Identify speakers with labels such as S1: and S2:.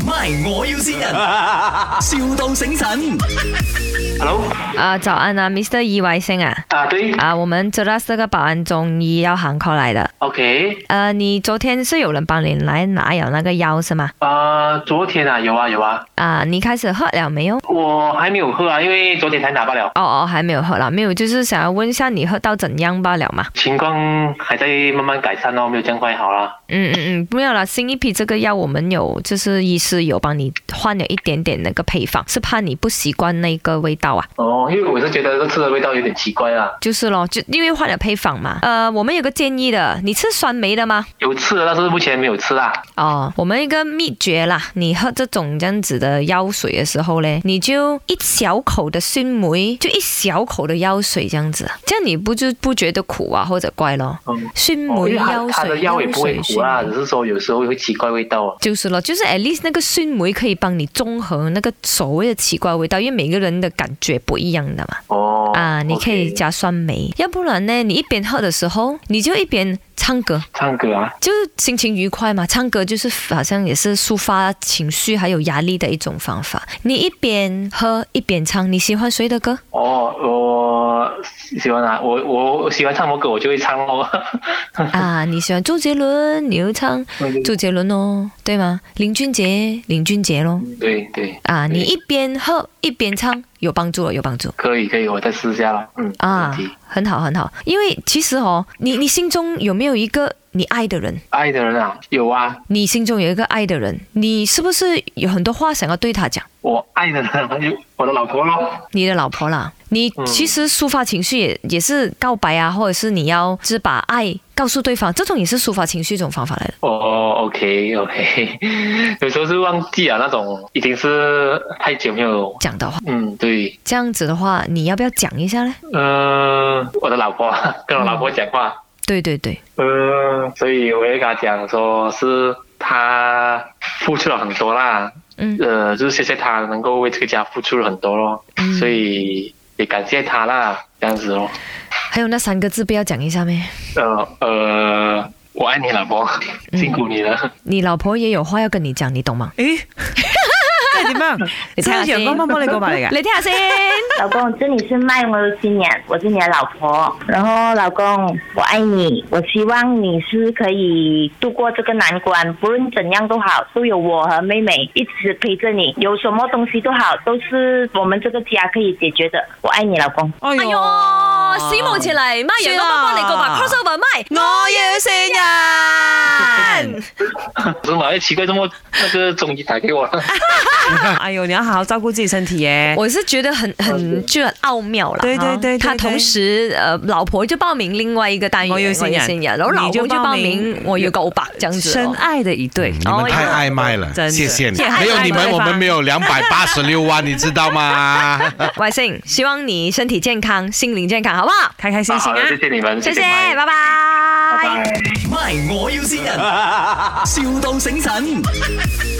S1: My，我要先人，, 笑到醒神。
S2: Hello，
S3: 啊，早安啊，Mr. 易维星啊，
S2: 啊对
S3: 啊，我们泽拉斯这个保安中医要喊过来的。
S2: ，OK，
S3: 呃，你昨天是有人帮你来拿有那个药是吗？
S2: 啊、昨天啊有啊有啊，
S3: 啊，你开始喝了没有？
S2: 我还没有喝啊，因为昨天才拿罢了，
S3: 哦哦，还没有喝啦，没有，就是想要问一下你喝到怎样罢了嘛。
S2: 情况还在慢慢改善哦，没有这样快好啦。
S3: 嗯嗯嗯，不要了，新一批这个药我们有，就是医师有帮你换了一点点那个配方，是怕你不习惯那个味道啊。
S2: 哦，因为我是觉得这次的味道有点奇怪啊啦，
S3: 就是咯，就因为换了配方嘛。呃，我们有个建议的，你吃酸梅的吗？
S2: 有吃了，但是目前没有啊吃啦。
S3: 哦，我们一个秘诀啦，你喝这种这样子的药水的时候嘞，你就一小口的酸梅，就一小口的药水这样子，啊这样你不就不觉得苦啊或者怪咯？
S2: 嗯，
S3: 酸
S2: 哦，
S3: 梅
S2: 因为它
S3: 药
S2: 它的
S3: 水，
S2: 药也不会
S3: 水
S2: 苦啊啦，
S3: 酸梅
S2: 只是说有时候会奇怪味道啊。
S3: 就是咯，就是 at least 那个酸梅可以帮你中和那个所谓的奇怪味道，因为每个人的感觉不一样的嘛。
S2: 哦，
S3: 啊，你可以
S2: OK
S3: 加酸梅，要不然呢，你一边喝的时候，你就一边唱歌，
S2: 唱歌啊。
S3: 就是心情愉快嘛。唱歌就是好像也是抒发情绪还有压力的一种方法。你一边喝一边唱，你喜欢谁的歌？
S2: 哦，我喜欢啊，我我我喜欢唱什么歌，我就会唱 哦。
S3: 啊，你喜欢周杰伦，你又唱周杰伦哦，对吗？林俊杰，林俊杰咯。
S2: 对对，
S3: 啊，你
S2: 对
S3: 一边喝一边唱，有帮助了，有帮助。
S2: 可以可以，我再试一下啦。嗯，
S3: 啊
S2: 没问题，
S3: 很好很好，因为其实哦，你你心中有没有一个你爱的人？
S2: 爱的人啊，有啊，
S3: 你心中有一个爱的人，你是不是有很多话想要对他讲？
S2: 我爱的人有我的老婆咯。
S3: 你的老婆啦，你
S2: 嗯
S3: 其实抒发情绪也也是告白啊，或者是你要就是把爱告诉对方，这种也是抒发情绪一种方法来的。
S2: 哦，OK OK，有 时候是忘记啊，那种已经是太久没有。
S3: 讲的话，
S2: 嗯，对，
S3: 这样子的话，你要不要讲一下呢？
S2: 嗯、我的老婆 跟我老婆讲话，
S3: 对对对，
S2: 嗯、所以我会跟她讲说是她付出了很多啦，
S3: 嗯
S2: 呃，就是谢谢她能够为这个家付出了很多咯，
S3: 嗯
S2: 所以也感谢她啦，这样子哦，
S3: 还有那三个字不要讲一下咩？
S2: 呃呃，我爱你老婆，辛苦你了。
S3: 你老婆也有话要跟你讲，你懂吗？
S4: 咦，即系点样？
S3: 你
S4: 即
S3: 睇下
S4: 係
S3: 先
S4: 陽光幫幫你過埋嚟嘅。
S3: 你听下先，
S5: 老公，这里是卖我的新年，我是你的老婆。然后，老公，我爱你，我希望你是可以度过这个难关，不论怎样都好，都有我和妹妹一直陪着你，有什么东西都好，都是我们这个家可以解决的。我爱你，老公。
S4: 哎
S3: 哎哟，史無前例，媽陽光幫幫你告白
S4: 算啦
S3: ，crossover 咪。
S4: 我要善人。
S2: 真的，哎，奇怪，怎么那个中医打给我了？
S4: 哎呦，你要好好照顾自己身体耶。
S3: 我是觉得很很就很奥妙啦。
S4: 哎哦对对
S3: 哈
S4: 对对
S3: 他同时呃，老婆就报名另外一个单元，
S4: 我有新人
S3: 新人，然后老
S4: 你就
S3: 公就报
S4: 报名啊
S3: 名我有个欧巴这样子
S4: 深
S3: 哦。
S4: 爱的一对，
S2: 嗯
S6: 你们太爱卖了，
S4: 真的
S6: 谢谢你
S4: 太爱。卖
S6: 没有你们，
S4: 了
S6: 我们没有两百八十六万，你知道吗？
S3: 啊外信，希望你身体健康，心灵健康，好不好？
S4: 开开心 心
S2: 好
S4: 啊
S2: 的，谢！谢你们，
S3: 谢谢，
S2: 你们
S3: 拜拜。
S2: 拜拜。
S1: My，我要先人，,笑到醒神。